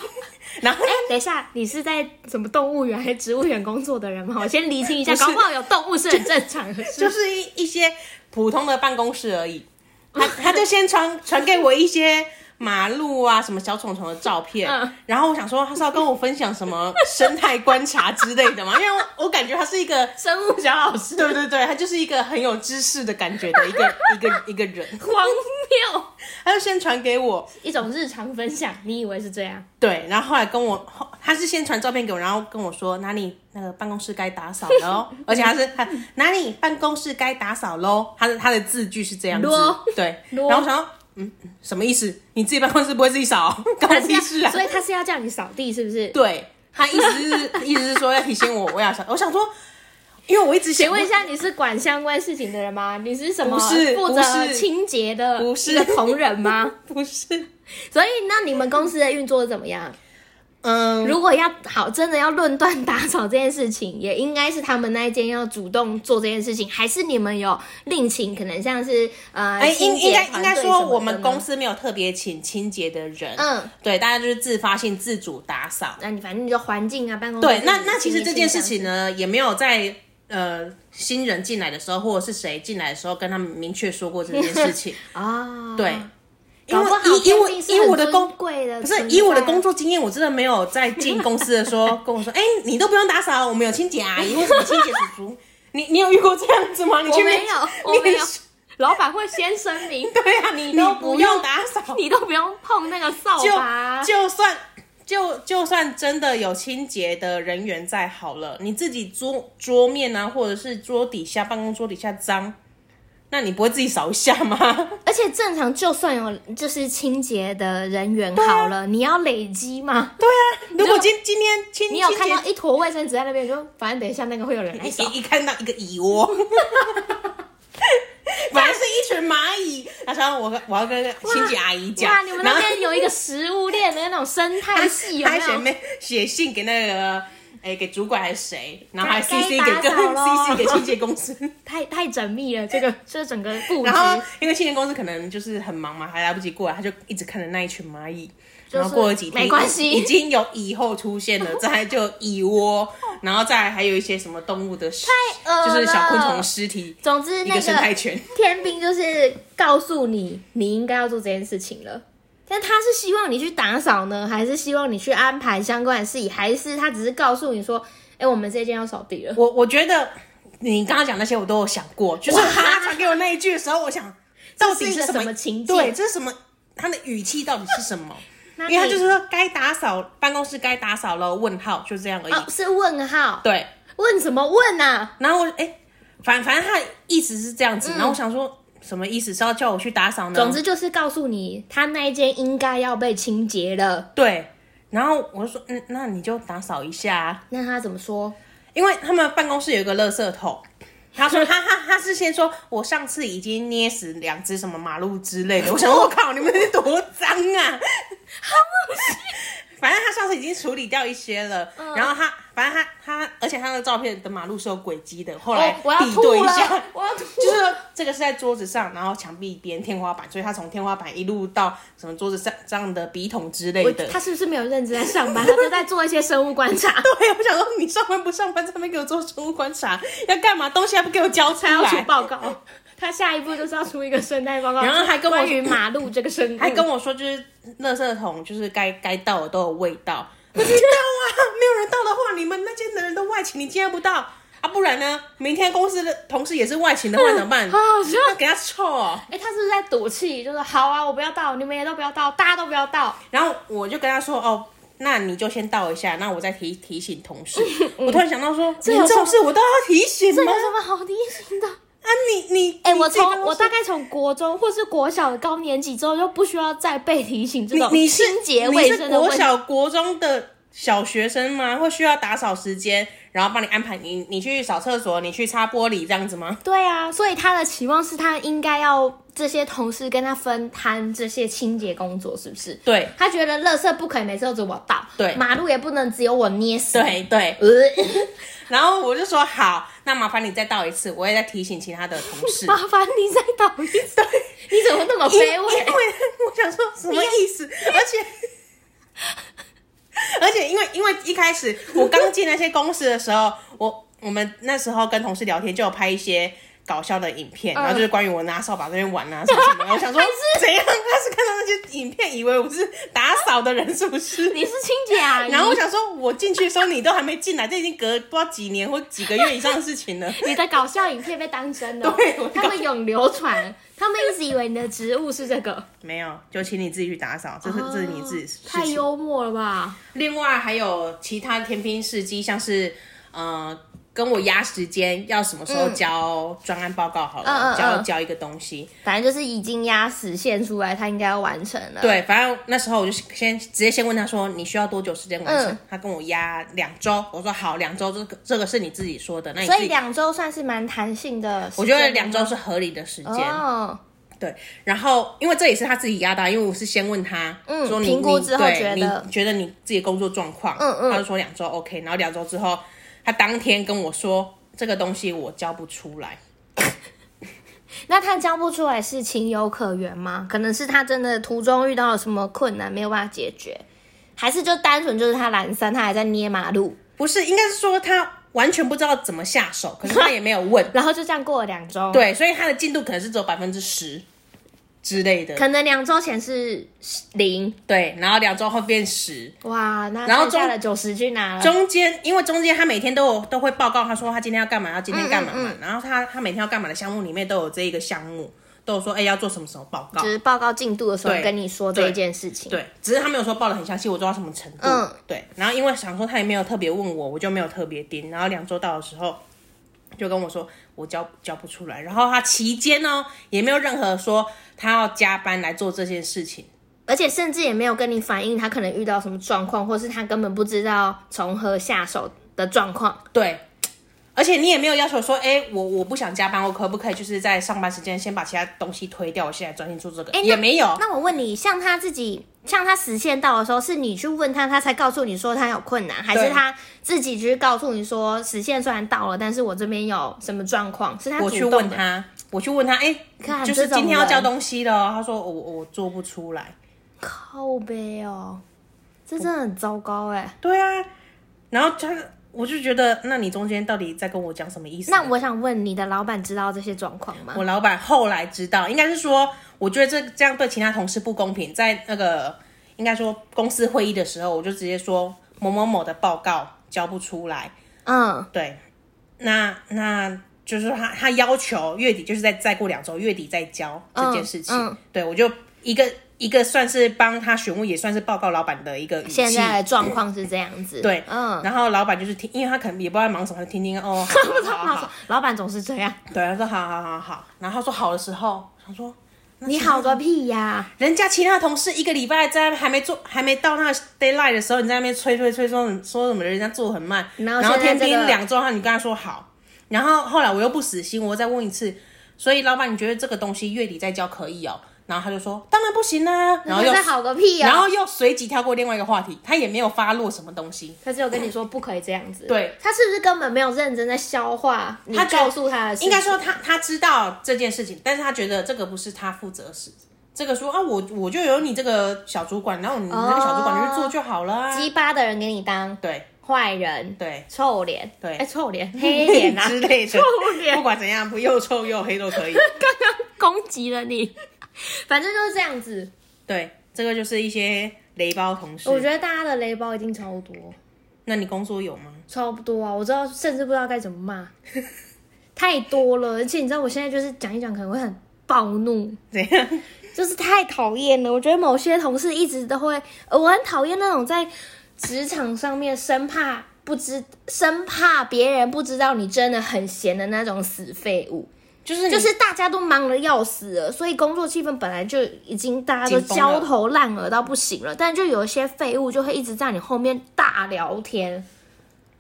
[SPEAKER 1] 然后
[SPEAKER 2] 哎、等一下，你是在什么动物园还是植物园工作的人吗？我先厘清一下，
[SPEAKER 1] 不是
[SPEAKER 2] 呃搞不好有动物是很正常的事。
[SPEAKER 1] 就是一一些普通的办公室而已。他他就先传传给我一些马路啊什么小虫虫的照片，
[SPEAKER 2] 嗯
[SPEAKER 1] 然后我想说他是要跟我分享什么生态观察之类的嘛，因为我我感觉他是一个。
[SPEAKER 2] 生物小老师，
[SPEAKER 1] 对对对，他就是一个很有知识的感觉的一个一个一个人，
[SPEAKER 2] 荒谬，
[SPEAKER 1] 他就先传给我，
[SPEAKER 2] 一种日常分享，你以为是这样？
[SPEAKER 1] 对，然后后来跟我，后他是先传照片给我，然后跟我说哪里那个办公室该打扫了 哦，而且他是他哪里办公室该打扫喽，他的他的字句是这样子
[SPEAKER 2] 啰，
[SPEAKER 1] 对，
[SPEAKER 2] 啰
[SPEAKER 1] 然后我想说嗯什么意思？你自己办公室不会自己 扫，搞我
[SPEAKER 2] 他是
[SPEAKER 1] 屁
[SPEAKER 2] 要
[SPEAKER 1] 事啊！
[SPEAKER 2] 所以他是要叫你扫地，是不是？
[SPEAKER 1] 对他意思是意思是说要提醒我，我要想，我想说，因为我一直
[SPEAKER 2] 请
[SPEAKER 1] 想
[SPEAKER 2] 问一下，你是管相关事情的人吗？你是什么
[SPEAKER 1] 不是
[SPEAKER 2] 负
[SPEAKER 1] 不
[SPEAKER 2] 责
[SPEAKER 1] 是
[SPEAKER 2] 清洁的
[SPEAKER 1] 不是
[SPEAKER 2] 一个同仁 吗？
[SPEAKER 1] 不是，
[SPEAKER 2] 所以，那你们公司的运作是怎么样？
[SPEAKER 1] 嗯，
[SPEAKER 2] 如果要好，真的要论断打扫这件事情，也应该是他们那一间要主动做这件事情，还是你们有另请？可能像是呃，
[SPEAKER 1] 哎、应
[SPEAKER 2] 清洁
[SPEAKER 1] 应该
[SPEAKER 2] 团
[SPEAKER 1] 应
[SPEAKER 2] 队
[SPEAKER 1] 该说
[SPEAKER 2] 什么的
[SPEAKER 1] 我们
[SPEAKER 2] 呢
[SPEAKER 1] 公司没有特别请清洁的人，
[SPEAKER 2] 嗯，
[SPEAKER 1] 对，大家就是自发性自主打扫。
[SPEAKER 2] 啊那你反正你就环境啊，办公室
[SPEAKER 1] 对，
[SPEAKER 2] 里
[SPEAKER 1] 那
[SPEAKER 2] 面
[SPEAKER 1] 那其实这件事情
[SPEAKER 2] 清
[SPEAKER 1] 呢，也没有在呃新人进来的时候，或者是谁进来的时候，跟他们明确说过这件事 情。
[SPEAKER 2] 洁这样子啊，
[SPEAKER 1] 对，，哦因
[SPEAKER 2] 搞不
[SPEAKER 1] 为
[SPEAKER 2] 好
[SPEAKER 1] 以以我
[SPEAKER 2] 毕竟
[SPEAKER 1] 以
[SPEAKER 2] 很
[SPEAKER 1] 我的工
[SPEAKER 2] 尊贵的
[SPEAKER 1] 不
[SPEAKER 2] 存在啊，
[SPEAKER 1] 是以我的工作经验，我真的没有在进公司的时候跟我 说，哎、你都不用打扫，我们有清洁阿姨，为什么清洁叔叔？你你有遇过这样子吗？你
[SPEAKER 2] 我
[SPEAKER 1] 去
[SPEAKER 2] 没
[SPEAKER 1] 面
[SPEAKER 2] 有，我
[SPEAKER 1] 你，
[SPEAKER 2] 没有，老板会先声 明
[SPEAKER 1] 对啊，你
[SPEAKER 2] 你都不
[SPEAKER 1] 不
[SPEAKER 2] 用
[SPEAKER 1] 用打扫，
[SPEAKER 2] 你都不用碰那个扫把，啊
[SPEAKER 1] 就就算就就算真的有清洁的人员在好了，你自己桌桌面啊，或者是桌底下办公桌底下脏，那你不会自己扫一下吗？
[SPEAKER 2] 而且正常就算有就是清洁的人员好了，你要累积 嘛，
[SPEAKER 1] 啊对啊，如果今今天清
[SPEAKER 2] 你有
[SPEAKER 1] 清
[SPEAKER 2] 看
[SPEAKER 1] 洁
[SPEAKER 2] 到一坨卫生纸在那边，你就反正等一下那个会有人来扫
[SPEAKER 1] 一。一看到一个蚁窝。 本来是一群蚂蚁，他说我我要跟清洁阿姨讲，
[SPEAKER 2] 啊哇，你们那
[SPEAKER 1] 然后
[SPEAKER 2] 边有一个食物链的那种生态系，有
[SPEAKER 1] 他
[SPEAKER 2] 没
[SPEAKER 1] 还写
[SPEAKER 2] 有？
[SPEAKER 1] 妹写信给那个哎、给主管还是谁，然后还
[SPEAKER 2] 该
[SPEAKER 1] CC 给
[SPEAKER 2] 该
[SPEAKER 1] 跟
[SPEAKER 2] 打扫咯
[SPEAKER 1] CC 给清洁公司，
[SPEAKER 2] 太太缜密了，这 个这整个布局
[SPEAKER 1] 然后因为清洁公司可能就是很忙嘛，还来不及过来，他就一直看着那一群蚂蚁。
[SPEAKER 2] 就是
[SPEAKER 1] 然后过了几天，
[SPEAKER 2] 没关系
[SPEAKER 1] 已经有蚁后出现了，再来就有蚁窝，然后再来还有一些什么动物的尸，
[SPEAKER 2] 太恶了
[SPEAKER 1] 就是小昆虫的尸体，
[SPEAKER 2] 总之
[SPEAKER 1] 一
[SPEAKER 2] 那
[SPEAKER 1] 个生态
[SPEAKER 2] 个
[SPEAKER 1] 圈。
[SPEAKER 2] 天兵就是告诉你，你应该要做这件事情了。但他是希望你去打扫呢，还是希望你去安排相关的事宜，还是他只是告诉你说，哎、我们这间要扫地了？
[SPEAKER 1] 我我觉得你刚刚讲那些我都有想过，就是他传给我那一句的时候，我想到底
[SPEAKER 2] 这是一个
[SPEAKER 1] 什
[SPEAKER 2] 什么情境
[SPEAKER 1] 对，这是什么？他的语气到底是什 么？
[SPEAKER 2] 那
[SPEAKER 1] 因为他
[SPEAKER 2] 你
[SPEAKER 1] 就是说该打扫办公室该打扫了，问号就这样而已。
[SPEAKER 2] 哦，是问号，
[SPEAKER 1] 对，
[SPEAKER 2] 问什么问啊？
[SPEAKER 1] 然后我哎、反反正他的意思是这样子，然后我想说什么意思是要叫我去打扫呢？
[SPEAKER 2] 嗯总之就是告诉你，他那一间应该要被清洁了。
[SPEAKER 1] 对，然后我就说嗯，那你就打扫一下啊、
[SPEAKER 2] 那他怎么说？
[SPEAKER 1] 因为他们办公室有一个垃圾桶，他 说他他他是先说，我上次已经捏死两只什么马路之类的，我想说我靠，你们是多脏啊！反正他上次已经处理掉一些了，
[SPEAKER 2] 嗯
[SPEAKER 1] 然后他反正他他，而且他的照片的马路是有轨迹的，后来
[SPEAKER 2] 哦我我要
[SPEAKER 1] 比
[SPEAKER 2] 吐
[SPEAKER 1] 对一
[SPEAKER 2] 了
[SPEAKER 1] 下，，
[SPEAKER 2] 我要吐了。
[SPEAKER 1] 就是说这个是在桌子上，然后墙壁边、天花板，所以他从天花板一路到什么桌子上这样的笔筒之类
[SPEAKER 2] 我
[SPEAKER 1] 的。，
[SPEAKER 2] 他是不是没有认真在上班？他就在做一些生物观察
[SPEAKER 1] 对，我想说你上班不上班，在那边给我做生物观察，要干嘛？东西还不给我交出
[SPEAKER 2] 他要出
[SPEAKER 1] 来，
[SPEAKER 2] 报告。他下一步就是要出一个生态报告，
[SPEAKER 1] 然后还跟我
[SPEAKER 2] 关于马路这个生
[SPEAKER 1] 还跟
[SPEAKER 2] 我
[SPEAKER 1] 我说就是垃圾桶就是该该倒的都有味道，不知道啊，没有人倒的话，你们那间的人都外勤，你今天不倒啊，不然呢，明天公司的同事也是外勤的话怎么办？
[SPEAKER 2] 好好笑。
[SPEAKER 1] 那给他臭哦。
[SPEAKER 2] 哎、他是不是在赌气？就是好啊，我不要到，你们也都不要到，大家都不要到。
[SPEAKER 1] 然后我就跟他说哦。那你就先倒一下，那我再提提醒同 事。我突然想到说，
[SPEAKER 2] 嗯这
[SPEAKER 1] 连
[SPEAKER 2] 有
[SPEAKER 1] 这
[SPEAKER 2] 什么
[SPEAKER 1] 种事我都要提醒
[SPEAKER 2] 这有
[SPEAKER 1] 吗？
[SPEAKER 2] 什么好提醒的？
[SPEAKER 1] 啊，你你
[SPEAKER 2] 哎、
[SPEAKER 1] 你
[SPEAKER 2] 我
[SPEAKER 1] 自己
[SPEAKER 2] 从
[SPEAKER 1] 办公
[SPEAKER 2] 我
[SPEAKER 1] 室
[SPEAKER 2] 大概从国中或是国小的高年级之后，就不需要再被提醒这
[SPEAKER 1] 你
[SPEAKER 2] 种
[SPEAKER 1] 你是
[SPEAKER 2] 清洁卫
[SPEAKER 1] 你
[SPEAKER 2] 生
[SPEAKER 1] 是
[SPEAKER 2] 的
[SPEAKER 1] 国
[SPEAKER 2] 问题。
[SPEAKER 1] 小国中的小学生吗？会需要打扫时间，然后帮你安排你你去扫厕所，你去擦玻璃这样子吗？
[SPEAKER 2] 对啊，所以他的期望是他应该要这些同事跟他分摊这些清洁工作，是不是？
[SPEAKER 1] 对
[SPEAKER 2] 他觉得垃圾不可以每次都只有我倒，
[SPEAKER 1] 对
[SPEAKER 2] 马路也不能只有我捏死。，
[SPEAKER 1] 对对，
[SPEAKER 2] 呃，
[SPEAKER 1] 然后我就说好，那麻烦你再倒一次，我也再提醒其他的同 事。
[SPEAKER 2] 麻烦你再倒一次，你怎么那么
[SPEAKER 1] 因
[SPEAKER 2] 卑
[SPEAKER 1] 为因为
[SPEAKER 2] 微？
[SPEAKER 1] 我想说什么意思，而且。 而且因为因为一开始我刚进那些公司的时候，我我们那时候跟同事聊天，就有拍一些搞笑的影片，
[SPEAKER 2] 嗯
[SPEAKER 1] 然后就是关于我拿扫把这边玩啊什么什么的。我想说
[SPEAKER 2] 还是
[SPEAKER 1] 怎样？他是看到那些影片，以为我是打扫的人，是不是？
[SPEAKER 2] 你是清洁阿 姨，
[SPEAKER 1] 然后我想说，我进去的时候你都还没进来，这已经隔不知道几年或几个月以上的事情了。
[SPEAKER 2] 你的搞笑影片被当真了，
[SPEAKER 1] 对我
[SPEAKER 2] 他们永流传，他们一直以为你的职务是这个，
[SPEAKER 1] 没有，就请你自己去打扫，这是、这是你自己的事
[SPEAKER 2] 哦太
[SPEAKER 1] 情。
[SPEAKER 2] 幽默了吧？
[SPEAKER 1] 另外还有其他天兵事迹，像是呃跟我压时间，要什么时候交专案报告好了，
[SPEAKER 2] 嗯嗯嗯嗯
[SPEAKER 1] 交交一个东西。
[SPEAKER 2] 反正就是已经压死线出来，他应该要完成了。，
[SPEAKER 1] 对，反正那时候我就先直接先问他说你需要多久时间完成？
[SPEAKER 2] 嗯
[SPEAKER 1] 他跟我压两周，我说好，两周这个这个是你自己说的，那你
[SPEAKER 2] 所
[SPEAKER 1] 自
[SPEAKER 2] 以
[SPEAKER 1] 己。
[SPEAKER 2] 两周算是蛮弹性的时间吗。
[SPEAKER 1] 我觉得两周是合理的时间，
[SPEAKER 2] 哦，
[SPEAKER 1] 对。然后，因为这也是他自己压的啊，因为我是先问他，
[SPEAKER 2] 嗯
[SPEAKER 1] 说你
[SPEAKER 2] 评估
[SPEAKER 1] 你
[SPEAKER 2] 之后
[SPEAKER 1] 对
[SPEAKER 2] 觉得
[SPEAKER 1] 你觉得你自己的工作状况，
[SPEAKER 2] 嗯嗯
[SPEAKER 1] 他就说两周 OK，然后两周之后，他当天跟我说这个东西我交不出来，
[SPEAKER 2] 那他交不出来是情有可原吗？可能是他真的途中遇到了什么困难，没有办法解决，还是就单纯就是他懒散，他还在捏马路，，
[SPEAKER 1] 不是，应该是说他完全不知道怎么下手，可是他也没有问
[SPEAKER 2] 然后就这样过了两周。，
[SPEAKER 1] 对，所以他的进度可能是只有百分之十之类的，
[SPEAKER 2] 可能两周前是零，
[SPEAKER 1] 对，然后两周后变十，
[SPEAKER 2] 哇，那
[SPEAKER 1] 然后
[SPEAKER 2] 剩下
[SPEAKER 1] 中
[SPEAKER 2] 了九十去哪了？
[SPEAKER 1] 中间，因为中间他每天都有都会报告，他说他今天要干嘛，要今天干嘛嘛。
[SPEAKER 2] 嗯
[SPEAKER 1] 然后他他每天要干嘛的项目里面都有这一个项目，都有说哎、要做什么什么报告
[SPEAKER 2] 就。是报告进度的时候
[SPEAKER 1] 对
[SPEAKER 2] 跟你说这一件事情。
[SPEAKER 1] 对，只是他没有说报的很详细，我做到什么程度。
[SPEAKER 2] 嗯
[SPEAKER 1] 对。然后因为想说他也没有特别问我，我就没有特别盯。然后两周到的时候，就跟我说我交交不出来。然后他期间呢也没有任何说他要加班来做这件事情。
[SPEAKER 2] 而且甚至也没有跟你反映他可能遇到什么状况，或是他根本不知道从何下手的状况。
[SPEAKER 1] 对，而且你也没有要求说，哎、我我不想加班，我可不可以就是在上班时间先把其他东西推掉，我现在专心做这个？
[SPEAKER 2] 诶那
[SPEAKER 1] 也没有，
[SPEAKER 2] 那我问你，像他自己，像他实现到的时候，是你去问他，他才告诉你说他有困难，还是
[SPEAKER 1] 对
[SPEAKER 2] 他自己去告诉你说实现虽然到了，但是我这边有什么状况？是他
[SPEAKER 1] 我
[SPEAKER 2] 主
[SPEAKER 1] 去
[SPEAKER 2] 动
[SPEAKER 1] 问
[SPEAKER 2] 的，
[SPEAKER 1] 他，我去问他，哎、
[SPEAKER 2] 看
[SPEAKER 1] 就是今天要
[SPEAKER 2] 这种
[SPEAKER 1] 交
[SPEAKER 2] 人
[SPEAKER 1] 东西了哦，他说我我我做不出来。
[SPEAKER 2] 靠背哦，这真的很糟糕哎、
[SPEAKER 1] 对啊，然后他我就觉得，那你中间到底在跟我讲什么意思呢？
[SPEAKER 2] 那我想问你的老板知道这些状况吗？
[SPEAKER 1] 我老板后来知道，应该是说，我觉得这这样对其他同事不公平。在那个应该说公司会议的时候，我就直接说某某某的报告交不出来，
[SPEAKER 2] 嗯，
[SPEAKER 1] 对，那那就是他他要求月底就是再再过两周月底再交这件事情，
[SPEAKER 2] 嗯嗯
[SPEAKER 1] 对我就一个一个算是帮他询问，也算是报告老板的一个语
[SPEAKER 2] 现
[SPEAKER 1] 气。
[SPEAKER 2] 在的状况是这样子。
[SPEAKER 1] 对，
[SPEAKER 2] 嗯，
[SPEAKER 1] 然后老板就是听，因为他可能也不知道在忙什么，他就听听哦，
[SPEAKER 2] 不知
[SPEAKER 1] 好好
[SPEAKER 2] 道他
[SPEAKER 1] 好
[SPEAKER 2] 说
[SPEAKER 1] 好，
[SPEAKER 2] 老板总是这样，
[SPEAKER 1] 对，他说好好好好，然后他说好的时候，想说那
[SPEAKER 2] 你
[SPEAKER 1] 其他
[SPEAKER 2] 好个屁呀、
[SPEAKER 1] 人家其他同事一个礼拜在还没做，还没到那个 d a y l i g h t 的时候，你在那边吹吹吹说说什么人家做很慢，
[SPEAKER 2] 然
[SPEAKER 1] 然
[SPEAKER 2] 后
[SPEAKER 1] 后
[SPEAKER 2] 现在
[SPEAKER 1] 天
[SPEAKER 2] 这个
[SPEAKER 1] 天两周，然后你跟他说好，然后后来我又不死心，我又再问一次，所以老板你觉得这个东西月底再交可以哦？然后他就说当然不行啦、 然后又
[SPEAKER 2] 那好个屁呀、
[SPEAKER 1] 然后又随即跳过另外一个话题，他也没有发落什么东西，
[SPEAKER 2] 他只有跟你说不可以这样子。
[SPEAKER 1] 对，
[SPEAKER 2] 他是不是根本没有认真在消化你
[SPEAKER 1] 他觉得
[SPEAKER 2] 告诉他的事情？
[SPEAKER 1] 应该说他他知道这件事情，但是他觉得这个不是他负责的事。这个说啊，我我就有你这个小主管，然后你那个小主管就去做就好了、啊。
[SPEAKER 2] 鸡巴的人给你当
[SPEAKER 1] 对
[SPEAKER 2] 坏人、
[SPEAKER 1] 对，
[SPEAKER 2] 臭脸，
[SPEAKER 1] 对
[SPEAKER 2] 哎，臭 脸、黑脸啊
[SPEAKER 1] 之类的
[SPEAKER 2] 臭，脸
[SPEAKER 1] 不管怎样，不又臭又黑都可 以。
[SPEAKER 2] 攻击 了你，反正就是这样子。
[SPEAKER 1] 对，这个就是一些雷包同事。
[SPEAKER 2] 我觉得大家的雷包一定超多，
[SPEAKER 1] 那你工作有吗？
[SPEAKER 2] 超多啊！我知道，甚至不知道该怎 么骂，太多了。而且你知道，我现在就是讲一讲可能会很暴怒，
[SPEAKER 1] 怎样？
[SPEAKER 2] 就是太讨厌了。我觉得某些同事一直都会，呃我很讨厌那种在职场上面生怕不知、生怕别人不知道你真的很闲的那种死废物。
[SPEAKER 1] 就是
[SPEAKER 2] 就
[SPEAKER 1] 就是
[SPEAKER 2] 大家都忙得要死了，所以工作气氛本来就已经大家都
[SPEAKER 1] 紧绷了
[SPEAKER 2] 焦头烂额到不行了，但就有一些废物就会一直在你后面大聊天。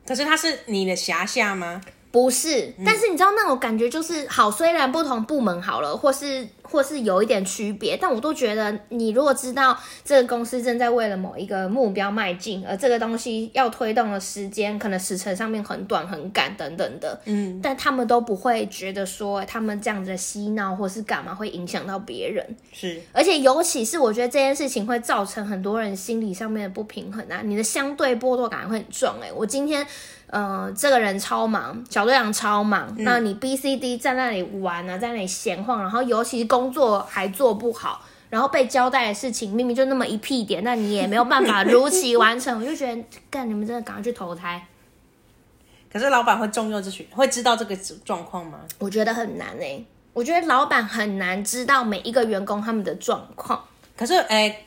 [SPEAKER 1] 可是他是你的辖下吗？
[SPEAKER 2] 不是，但是你知道那种感觉就是好，虽然不同部门好了，或是或是有一点区别，但我都觉得你如果知道这个公司正在为了某一个目标迈进，而这个东西要推动的时间可能时程上面很短、很赶等等的，嗯，但他们都不会觉得说他们这样子的嬉闹或是干嘛会影响到别人，
[SPEAKER 1] 是
[SPEAKER 2] 而且尤其是我觉得这件事情会造成很多人心理上面的不平衡啊，你的相对剥夺感会很重哎、我今天，呃，这个人超忙，小队长超忙，那你 B、C、D 在那里玩啊，在那里闲晃，然后尤其工作还做不好。然后被交代的事情明明就那么一屁点，那你也没有办法如期完成，我就觉得干你们真的赶快去投胎，
[SPEAKER 1] 可是老板会重用这群，会知道这个状况吗？
[SPEAKER 2] 我觉得很难哎、我觉得老板很难知道每一个员工他们的状况，
[SPEAKER 1] 可是哎、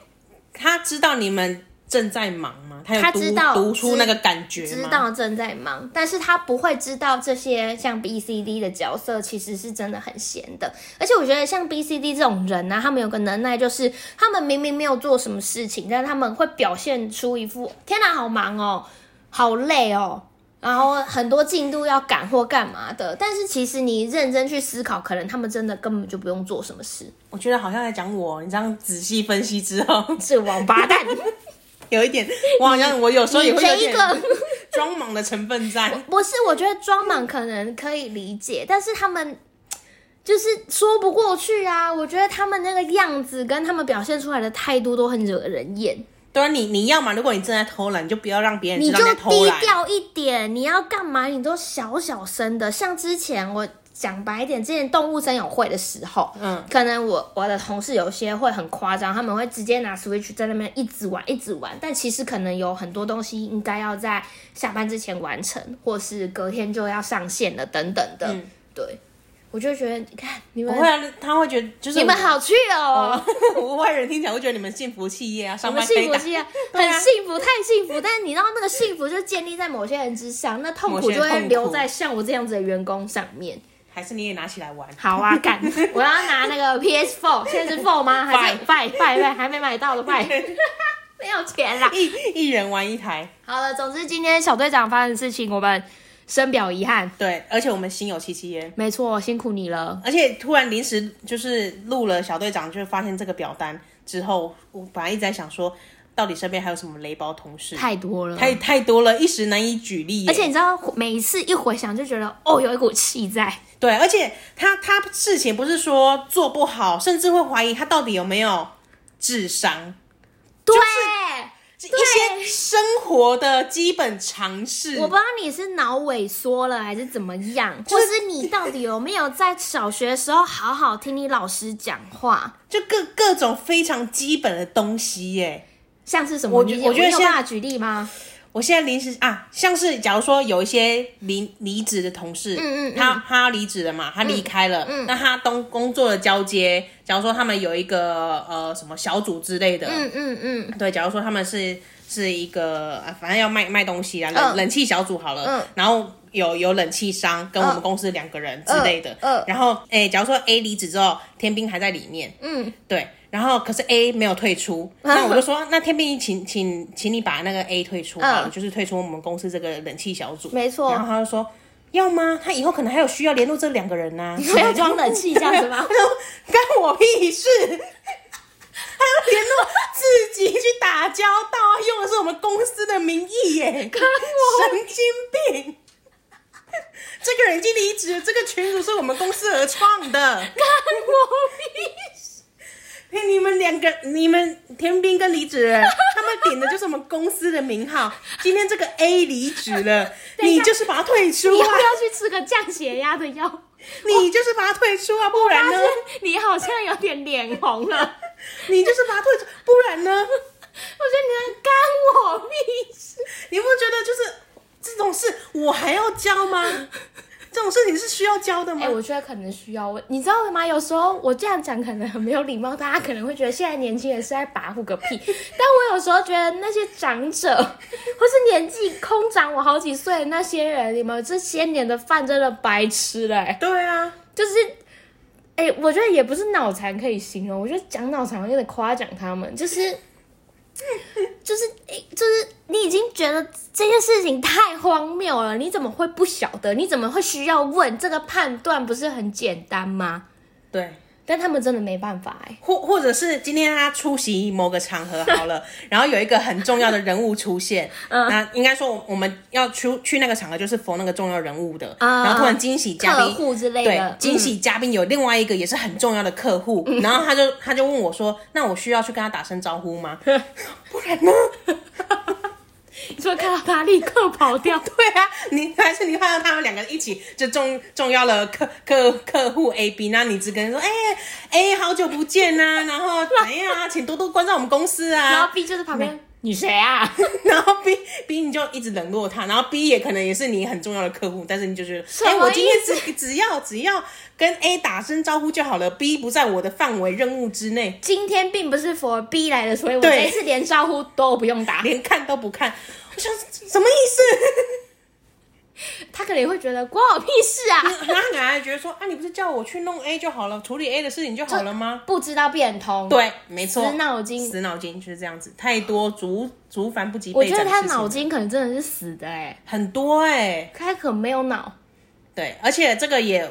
[SPEAKER 1] 他知道你们正在忙吗？吗？他有
[SPEAKER 2] 他
[SPEAKER 1] 读
[SPEAKER 2] 知道
[SPEAKER 1] 读出那个
[SPEAKER 2] 知
[SPEAKER 1] 感觉吗？
[SPEAKER 2] 知道正在忙，但是他不会知道这些像 B、C、D 的角色其实是真的很闲的。而且我觉得像 B、C、D 这种人呢、啊他们有个能耐，就是他们明明没有做什么事情，但是他们会表现出一副“天哪，好忙哦，好累哦”，然后很多进度要赶或干嘛的。但是其实你认真去思考，可能他们真的根本就不用做什么事，
[SPEAKER 1] 我觉得好像在讲我，你这样仔细分析之后，
[SPEAKER 2] 是王八 蛋。
[SPEAKER 1] 有一点，我好像我有时候也会有
[SPEAKER 2] 这一
[SPEAKER 1] 点
[SPEAKER 2] 个。
[SPEAKER 1] 装忙的成分在。
[SPEAKER 2] 不是，我觉得装满可能可以理解，但是他们就是说不过去啊！我觉得他们那个样子跟他们表现出来的态度都很惹人厌。
[SPEAKER 1] 对啊，你你要嘛，如果你正在偷懒，你就不要让别人
[SPEAKER 2] 你
[SPEAKER 1] 知道
[SPEAKER 2] 就
[SPEAKER 1] 在偷
[SPEAKER 2] 低
[SPEAKER 1] 懒。
[SPEAKER 2] 调一点，你要干嘛你都小小声的。像之前我讲白一点，之前动物森友会的时候，
[SPEAKER 1] 嗯，
[SPEAKER 2] 可能我我的同事有些会很夸张，他们会直接拿 Switch 在那边一直玩一直玩，但其实可能有很多东西应该要在下班之前完成，或是隔天就要上线了等等的。
[SPEAKER 1] 嗯
[SPEAKER 2] 对，我就觉得你看你
[SPEAKER 1] 不
[SPEAKER 2] 们
[SPEAKER 1] 会啊，他会觉得就是
[SPEAKER 2] 你们好趣哦。
[SPEAKER 1] 我外人听起来会觉得你们幸福企业啊，
[SPEAKER 2] 我
[SPEAKER 1] 上
[SPEAKER 2] 们
[SPEAKER 1] 班
[SPEAKER 2] 幸
[SPEAKER 1] 可以
[SPEAKER 2] 福
[SPEAKER 1] 打
[SPEAKER 2] 是很
[SPEAKER 1] 对啊
[SPEAKER 2] 幸福，太幸福。但你知道那个幸福就建立在某些人之上，那痛苦就
[SPEAKER 1] 某些
[SPEAKER 2] 会
[SPEAKER 1] 人痛苦
[SPEAKER 2] 留在像我这样子的员工上面。
[SPEAKER 1] 还是你也拿起来玩？
[SPEAKER 2] 好啊，干！ 我要拿那个 PS Four，现在是 Four 吗？还是 Five Five Five 还没买到的 Five？没有钱啦。
[SPEAKER 1] 一一人玩一台，
[SPEAKER 2] 好了，总之今天小队长发生的事情，我们深表遗憾。
[SPEAKER 1] 对，而且我们心有戚戚焉。
[SPEAKER 2] 没错，辛苦你了。
[SPEAKER 1] 而且突然临时就是录了小队长，就发现这个表单之后，我本来一直在想说，到底身边还有什么雷包同事，
[SPEAKER 2] 太多了，
[SPEAKER 1] 太太多了，一时难以举例耶。
[SPEAKER 2] 而且你知道，每一次一回想就觉得，哦，有一股气在。
[SPEAKER 1] 对，而且他他事情不是说做不好，甚至会怀疑他到底有没有智商，
[SPEAKER 2] 对，
[SPEAKER 1] 一些生活的基本常识
[SPEAKER 2] 我。不知道你是脑萎缩了还是怎么样，或是你到底有没有在小学的时候好好听你老师讲话？
[SPEAKER 1] 就各各种非常基本的东西耶。
[SPEAKER 2] 像是什么？
[SPEAKER 1] 我觉
[SPEAKER 2] 你
[SPEAKER 1] 我觉得
[SPEAKER 2] 你有
[SPEAKER 1] 现在
[SPEAKER 2] 办法举例吗？
[SPEAKER 1] 我现在临时啊，像是假如说有一些离离职的同事，
[SPEAKER 2] 嗯嗯嗯嗯
[SPEAKER 1] 他他要离职了嘛，他离开了，那他东工作的交接，假如说他们有一个呃什么小组之类的，
[SPEAKER 2] 嗯嗯嗯，
[SPEAKER 1] 对，假如说他们是是一个，啊反正要卖卖东西啦，冷、
[SPEAKER 2] 嗯
[SPEAKER 1] 冷气小组好了，
[SPEAKER 2] 嗯
[SPEAKER 1] 然后有有冷气商跟我
[SPEAKER 2] 嗯
[SPEAKER 1] 们公司两个人之类的，
[SPEAKER 2] 嗯嗯
[SPEAKER 1] 然后诶、假如说 A 离职之后，天兵还在里面，
[SPEAKER 2] 嗯，
[SPEAKER 1] 对，然后可是 A 没有退 出，那我就说，那天兵请请请你把那个 A 退出好了，
[SPEAKER 2] 嗯
[SPEAKER 1] 就是退出我们公司这个冷气小组，
[SPEAKER 2] 没错
[SPEAKER 1] 然后他就说。要吗？他以后可能还有需要联络这两个人 呐、啊。
[SPEAKER 2] 所以要装冷气这样 子吗
[SPEAKER 1] 他说干我屁事！联络自己去打交道啊，用的是我们公司的名义耶，神经病！这个人已经离职了，这个群组是我们公司而创的。嘿，你们两个，你们天兵跟离职人，他们点的就是我们公司的名号。今天这个 A 离职了，
[SPEAKER 2] 一下
[SPEAKER 1] 你就是把他退出
[SPEAKER 2] 你要
[SPEAKER 1] 啊
[SPEAKER 2] 不，要去吃个降血压的药？
[SPEAKER 1] 你就是把他退出 啊，不 然
[SPEAKER 2] 发
[SPEAKER 1] 呢
[SPEAKER 2] 现？你好像有点脸红了，
[SPEAKER 1] 你就是把他退出，不然呢？
[SPEAKER 2] 我觉得你在干我屁事。
[SPEAKER 1] 你不觉得就是这种事我还要教吗？ 这种事情是需要教的吗？
[SPEAKER 2] 哎、我觉得可能需要问，你知道吗？有时候我这样讲可能很没有礼貌，大家可能会觉得现在年轻人是在跋扈个屁。 但我有时候觉得那些长者，或是年纪空长我好几岁的那些人，你们这些年的饭真的白吃嘞、哎
[SPEAKER 1] 对啊，
[SPEAKER 2] 就是，哎、我觉得也不是脑残可以形容，我觉得讲脑残有点夸奖他们，就是。就是，哎就是你已经觉得这件事情太荒谬了，你怎么会不晓得？你怎么会需要问？这个判断不是很简单吗？
[SPEAKER 1] 对。
[SPEAKER 2] 但他们真的没办法哎、
[SPEAKER 1] 或或者是今天他出席某个场合好 了，然后有一个很重要的人物出现，
[SPEAKER 2] 嗯
[SPEAKER 1] 那应该说我我们要去去那个场合就是逢那个重要人物的，
[SPEAKER 2] 啊
[SPEAKER 1] 然后突然惊喜嘉
[SPEAKER 2] 客
[SPEAKER 1] 宾
[SPEAKER 2] 户之类
[SPEAKER 1] 对
[SPEAKER 2] 的，，嗯
[SPEAKER 1] 惊喜嘉宾有另外一个也是很重要的客户， 然后他就他就问我说：“那我需要去跟他打声招呼 吗？” 不然呢？
[SPEAKER 2] 嗯，你说看到他立刻跑掉，
[SPEAKER 1] 对啊，你还是你看到他们两个一起就重重要了客客客户 A B，那你只跟说：“哎、 哎、好久不见呐、然后怎样啊？请多多关照我们公司啊。”
[SPEAKER 2] 然后 B 就在旁边，你谁啊？
[SPEAKER 1] 然后 B B 你就一直冷落他，然后 B 也可能也是你很重要的客户，但是你就觉得，哎、
[SPEAKER 2] 么
[SPEAKER 1] 我今天
[SPEAKER 2] 意
[SPEAKER 1] 只只要只要跟 A 打声招呼就好了，B 不在我的范围任务之内，
[SPEAKER 2] 今天并不是 for B 来的，所以我
[SPEAKER 1] 对
[SPEAKER 2] 这一次连招呼都不用打。
[SPEAKER 1] 连看都不看，我想什么意
[SPEAKER 2] 他可能也会觉得关我屁事啊，
[SPEAKER 1] 思？然后男孩觉得说，啊，你不是叫我去弄 A 就好了，处理 A 的事情就好了吗？
[SPEAKER 2] 不知道变通。，
[SPEAKER 1] 对，没错，
[SPEAKER 2] 死脑筋。
[SPEAKER 1] 死脑筋就是这样子，太多竹竹繁不及
[SPEAKER 2] 我
[SPEAKER 1] 备
[SPEAKER 2] 觉
[SPEAKER 1] 战
[SPEAKER 2] 得
[SPEAKER 1] 的
[SPEAKER 2] 他
[SPEAKER 1] 事情
[SPEAKER 2] 脑筋可能真的是死的哎、
[SPEAKER 1] 很多哎、
[SPEAKER 2] 他可没有脑。
[SPEAKER 1] 对，而且这个也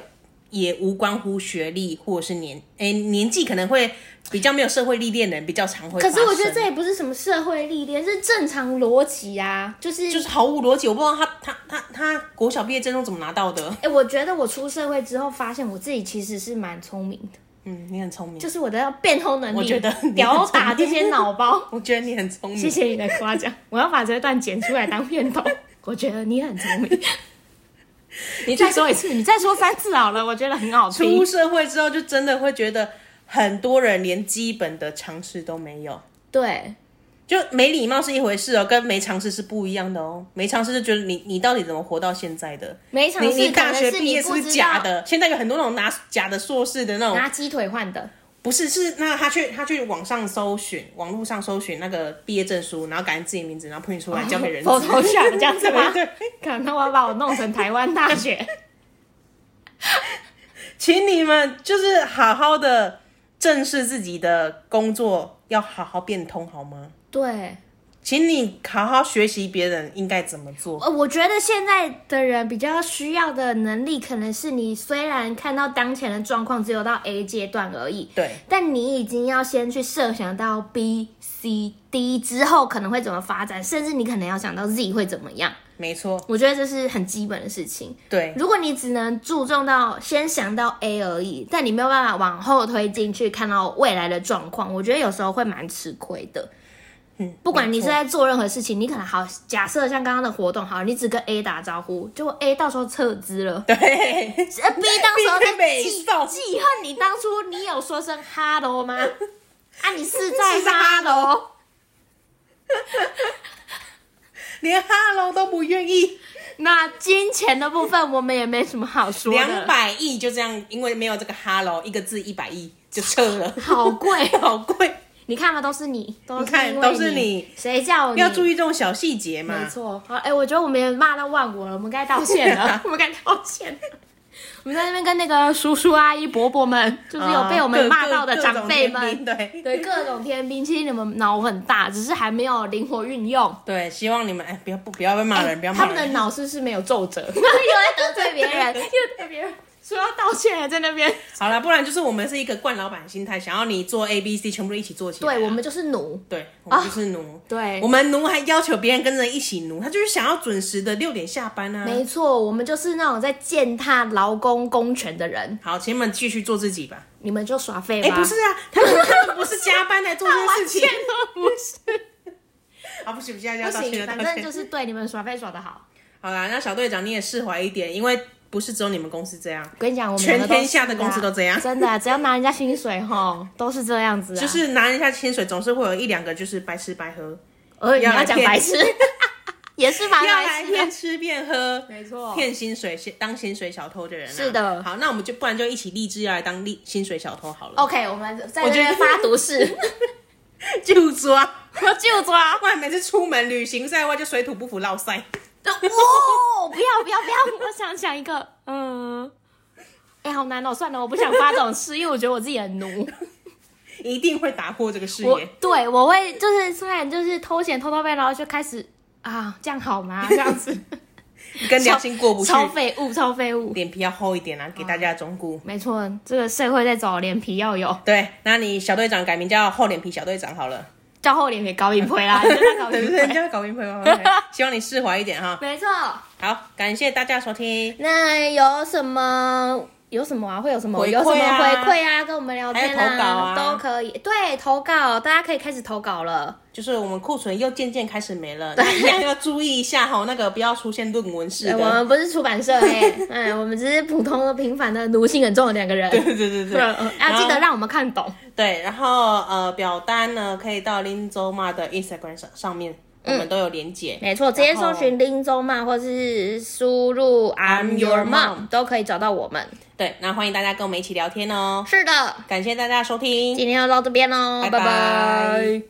[SPEAKER 1] 也无关乎学历或者是年诶、年纪，可能会比较没有社会历练的人比较常会发
[SPEAKER 2] 可
[SPEAKER 1] 生。
[SPEAKER 2] 是我觉得这也不是什么社会历练，是正常逻辑啊，就是
[SPEAKER 1] 就是毫无逻辑，我不知道他他他他国小毕业证都怎么拿到的。
[SPEAKER 2] 哎、我觉得我出社会之后，发现我自己其实是蛮聪明的，
[SPEAKER 1] 嗯，你很聪明，
[SPEAKER 2] 就是我的变通能力，
[SPEAKER 1] 我觉得你很
[SPEAKER 2] 屌打
[SPEAKER 1] 聪
[SPEAKER 2] 这
[SPEAKER 1] 明
[SPEAKER 2] 些脑包。
[SPEAKER 1] 我觉得你很聪明。
[SPEAKER 2] 谢谢你的夸奖，我要把这段剪出来 当片头。我觉得你很聪明，你再说一次，你再说三次好了，我觉得很好
[SPEAKER 1] 出
[SPEAKER 2] 听。
[SPEAKER 1] 社会之后，就真的会觉得很多人连基本的常识都没有。
[SPEAKER 2] 对，
[SPEAKER 1] 就没礼貌是一回事哦，跟没尝试是不一样的哦。没尝试就觉得你你到底怎么活到现在的？
[SPEAKER 2] 没尝
[SPEAKER 1] 你
[SPEAKER 2] 试
[SPEAKER 1] 你
[SPEAKER 2] 可
[SPEAKER 1] 大
[SPEAKER 2] 能
[SPEAKER 1] 学
[SPEAKER 2] 是
[SPEAKER 1] 毕业
[SPEAKER 2] 你
[SPEAKER 1] 是
[SPEAKER 2] 不
[SPEAKER 1] 不
[SPEAKER 2] 知
[SPEAKER 1] 是
[SPEAKER 2] 道
[SPEAKER 1] 假的？现在有很多那种拿假的硕士的那种
[SPEAKER 2] 拿鸡腿换的，
[SPEAKER 1] 不是，是那他去他去网上搜寻，网络上搜寻那个毕业证书，然后改成自己名字，然后 print 出
[SPEAKER 2] 哦
[SPEAKER 1] 来交给人资。？
[SPEAKER 2] 我头像这样子吗
[SPEAKER 1] 对，对
[SPEAKER 2] 可能我要把我弄成台湾大学。
[SPEAKER 1] 请你们就是好好的正视自己的工作，要好好变通好吗？
[SPEAKER 2] 对，
[SPEAKER 1] 请你好好学习别人应该怎么做。
[SPEAKER 2] 呃，我觉得现在的人比较需要的能力，可能是你虽然看到当前的状况只有到 A 阶段而已，
[SPEAKER 1] 对，
[SPEAKER 2] 但你已经要先去设想到 B、C、D 之后可能会怎么发展，甚至你可能要想到 Z 会怎么样。
[SPEAKER 1] 没错，
[SPEAKER 2] 我觉得这是很基本的事情。
[SPEAKER 1] 对，
[SPEAKER 2] 如果你只能注重到先想到 A 而已，但你没有办法往后推进去看到未来的状况，我觉得有时候会蛮吃亏的。
[SPEAKER 1] 嗯，
[SPEAKER 2] 不管你
[SPEAKER 1] 没
[SPEAKER 2] 是
[SPEAKER 1] 错
[SPEAKER 2] 在做任何事情，你可能好假设像刚刚的活动，好，你只跟 A 打招呼，结果 A 到时候撤资了，
[SPEAKER 1] 对，
[SPEAKER 2] 呃 B 当时候
[SPEAKER 1] B 被
[SPEAKER 2] 在
[SPEAKER 1] 北
[SPEAKER 2] 记记
[SPEAKER 1] 送
[SPEAKER 2] 恨你当初你有说声 hello 吗？啊，你是在
[SPEAKER 1] 是在
[SPEAKER 2] hello，
[SPEAKER 1] 连 hello 都不愿意，
[SPEAKER 2] 那金钱的部分我们也没什么好说的，
[SPEAKER 1] 两百亿就这样，因为没有这个 hello 一个字一百亿就撤了，
[SPEAKER 2] 好贵， 哦
[SPEAKER 1] 好贵。
[SPEAKER 2] 你看吧，都是你，都
[SPEAKER 1] 你看
[SPEAKER 2] 因为
[SPEAKER 1] 都是
[SPEAKER 2] 你
[SPEAKER 1] 你，
[SPEAKER 2] 谁叫你
[SPEAKER 1] 要注意这种小细节嘛。，
[SPEAKER 2] 没错，好，哎、我觉得我们也骂到忘我了，我们该道歉 了我们该道歉了。 我们在那边跟那个叔叔阿姨、伯伯们，就是有被我们骂到的长辈
[SPEAKER 1] 啊啊各各各种
[SPEAKER 2] 们，
[SPEAKER 1] 天 兵对
[SPEAKER 2] 对各种天兵，其实你们脑很大，只是还没有灵活运用。
[SPEAKER 1] 对，希望你们哎，不要不不要被骂人，啊不要
[SPEAKER 2] 他
[SPEAKER 1] 骂
[SPEAKER 2] 们的
[SPEAKER 1] 人。
[SPEAKER 2] 脑是不是没有皱 褶？又在得罪别人，又对别人说要道歉了，在那边。
[SPEAKER 1] 好了，不然就是我们是一个惯老板心态，想要你做 A、B、C 全部都一起做起来啊。
[SPEAKER 2] 对我们啊就是奴，
[SPEAKER 1] 对，我们就是奴。
[SPEAKER 2] 对
[SPEAKER 1] 我，们奴还要求别人跟着一起奴，他就是想要准时的六点下班啊。
[SPEAKER 2] 没错，我们就是那种在践踏劳工公权的人。
[SPEAKER 1] 好，请你们继续做自己吧。
[SPEAKER 2] 你们就耍废
[SPEAKER 1] 哎、
[SPEAKER 2] 吧。
[SPEAKER 1] 不是啊，他们他们不是加班来做
[SPEAKER 2] 他
[SPEAKER 1] 这
[SPEAKER 2] 完
[SPEAKER 1] 件事
[SPEAKER 2] 全
[SPEAKER 1] 情
[SPEAKER 2] 都不是，
[SPEAKER 1] 啊！不行不行，要
[SPEAKER 2] 不
[SPEAKER 1] 道歉
[SPEAKER 2] 行，
[SPEAKER 1] 要
[SPEAKER 2] 反
[SPEAKER 1] 道
[SPEAKER 2] 正
[SPEAKER 1] 歉
[SPEAKER 2] 就。是对你们耍废耍的好。
[SPEAKER 1] 好啦，那小队长你也释怀一点，因为不是只有你们公司这样，
[SPEAKER 2] 我跟你讲，我们
[SPEAKER 1] 全
[SPEAKER 2] 两个都是啊
[SPEAKER 1] 天下的公司都这样
[SPEAKER 2] 真的啊，只要拿人家薪水吼，都是这样子啊。
[SPEAKER 1] 就是拿人家薪水，总是会有一两个就是白吃白喝。
[SPEAKER 2] 呃，你
[SPEAKER 1] 要
[SPEAKER 2] 要
[SPEAKER 1] 来
[SPEAKER 2] 讲
[SPEAKER 1] 骗
[SPEAKER 2] 白痴， 也是蛮
[SPEAKER 1] 要来
[SPEAKER 2] 白痴啊
[SPEAKER 1] 骗
[SPEAKER 2] 的，
[SPEAKER 1] 吃骗喝，
[SPEAKER 2] 没错
[SPEAKER 1] 骗薪水当薪水小偷的人、啊。
[SPEAKER 2] 是的
[SPEAKER 1] 好，那我们就不然就一起立志要来当立薪水小偷好了。
[SPEAKER 2] OK，我们在
[SPEAKER 1] 我
[SPEAKER 2] 这
[SPEAKER 1] 觉得
[SPEAKER 2] 边发 毒誓，
[SPEAKER 1] 就抓，
[SPEAKER 2] 我 就抓。
[SPEAKER 1] 不然每次出门旅行在外就水土不服落塞。
[SPEAKER 2] 哦，不要不要不要！我想想一个，嗯，哎，好难哦，算了，我不想发这种誓，因为我觉得我自己很奴。
[SPEAKER 1] 一定会打破这个视
[SPEAKER 2] 我
[SPEAKER 1] 野。
[SPEAKER 2] 对我会就是虽然就是偷闲偷偷背，然后就开始啊，这样好吗？这样子
[SPEAKER 1] 跟良心过不去，
[SPEAKER 2] 超废物，超废物。
[SPEAKER 1] 脸皮要厚一点啊，给大家忠告。
[SPEAKER 2] 没错，这个社会在找脸皮要有，
[SPEAKER 1] 对，那你小队长改名叫厚脸皮小队长好了，
[SPEAKER 2] 叫厚脸皮高一回 啦，你就在搞
[SPEAKER 1] 对
[SPEAKER 2] 一
[SPEAKER 1] 不对？你
[SPEAKER 2] 回。
[SPEAKER 1] 叫搞明白吗？OK，希 望你释怀一点哈。
[SPEAKER 2] 没错，
[SPEAKER 1] 好，感谢大家收听，
[SPEAKER 2] 那有什么有什么啊？会有什么？
[SPEAKER 1] 回馈啊
[SPEAKER 2] 有什么回馈啊？跟我们聊天
[SPEAKER 1] 还有投稿啊
[SPEAKER 2] 都可以。对，投稿，大家可以开始投稿了。
[SPEAKER 1] 就是我们库存又渐渐开始没 了，那一样要注意一下哈，那个不要出现论文式
[SPEAKER 2] 对， 呃我
[SPEAKER 1] 的。
[SPEAKER 2] 们不是出版社哎、哎，我们只是普通的、平凡的、奴性很重的两个 人。
[SPEAKER 1] 对对对对
[SPEAKER 2] 嗯嗯
[SPEAKER 1] 然
[SPEAKER 2] 要
[SPEAKER 1] 后
[SPEAKER 2] 记得让我们看懂。
[SPEAKER 1] 对，然后呃，表单呢可以到林州妈的 Instagram 上上面，我
[SPEAKER 2] 嗯
[SPEAKER 1] 们都有连结。
[SPEAKER 2] 没错，直接
[SPEAKER 1] 然后
[SPEAKER 2] 搜寻“林州嘛”或是输入
[SPEAKER 1] I'm
[SPEAKER 2] “I'm
[SPEAKER 1] your
[SPEAKER 2] your mom” 都可以找到我们。
[SPEAKER 1] 对，那欢迎大家跟我们一起聊天哦。
[SPEAKER 2] 是的，
[SPEAKER 1] 感谢大家收听，
[SPEAKER 2] 今天就到这边喽，
[SPEAKER 1] 拜
[SPEAKER 2] 拜
[SPEAKER 1] 拜
[SPEAKER 2] 拜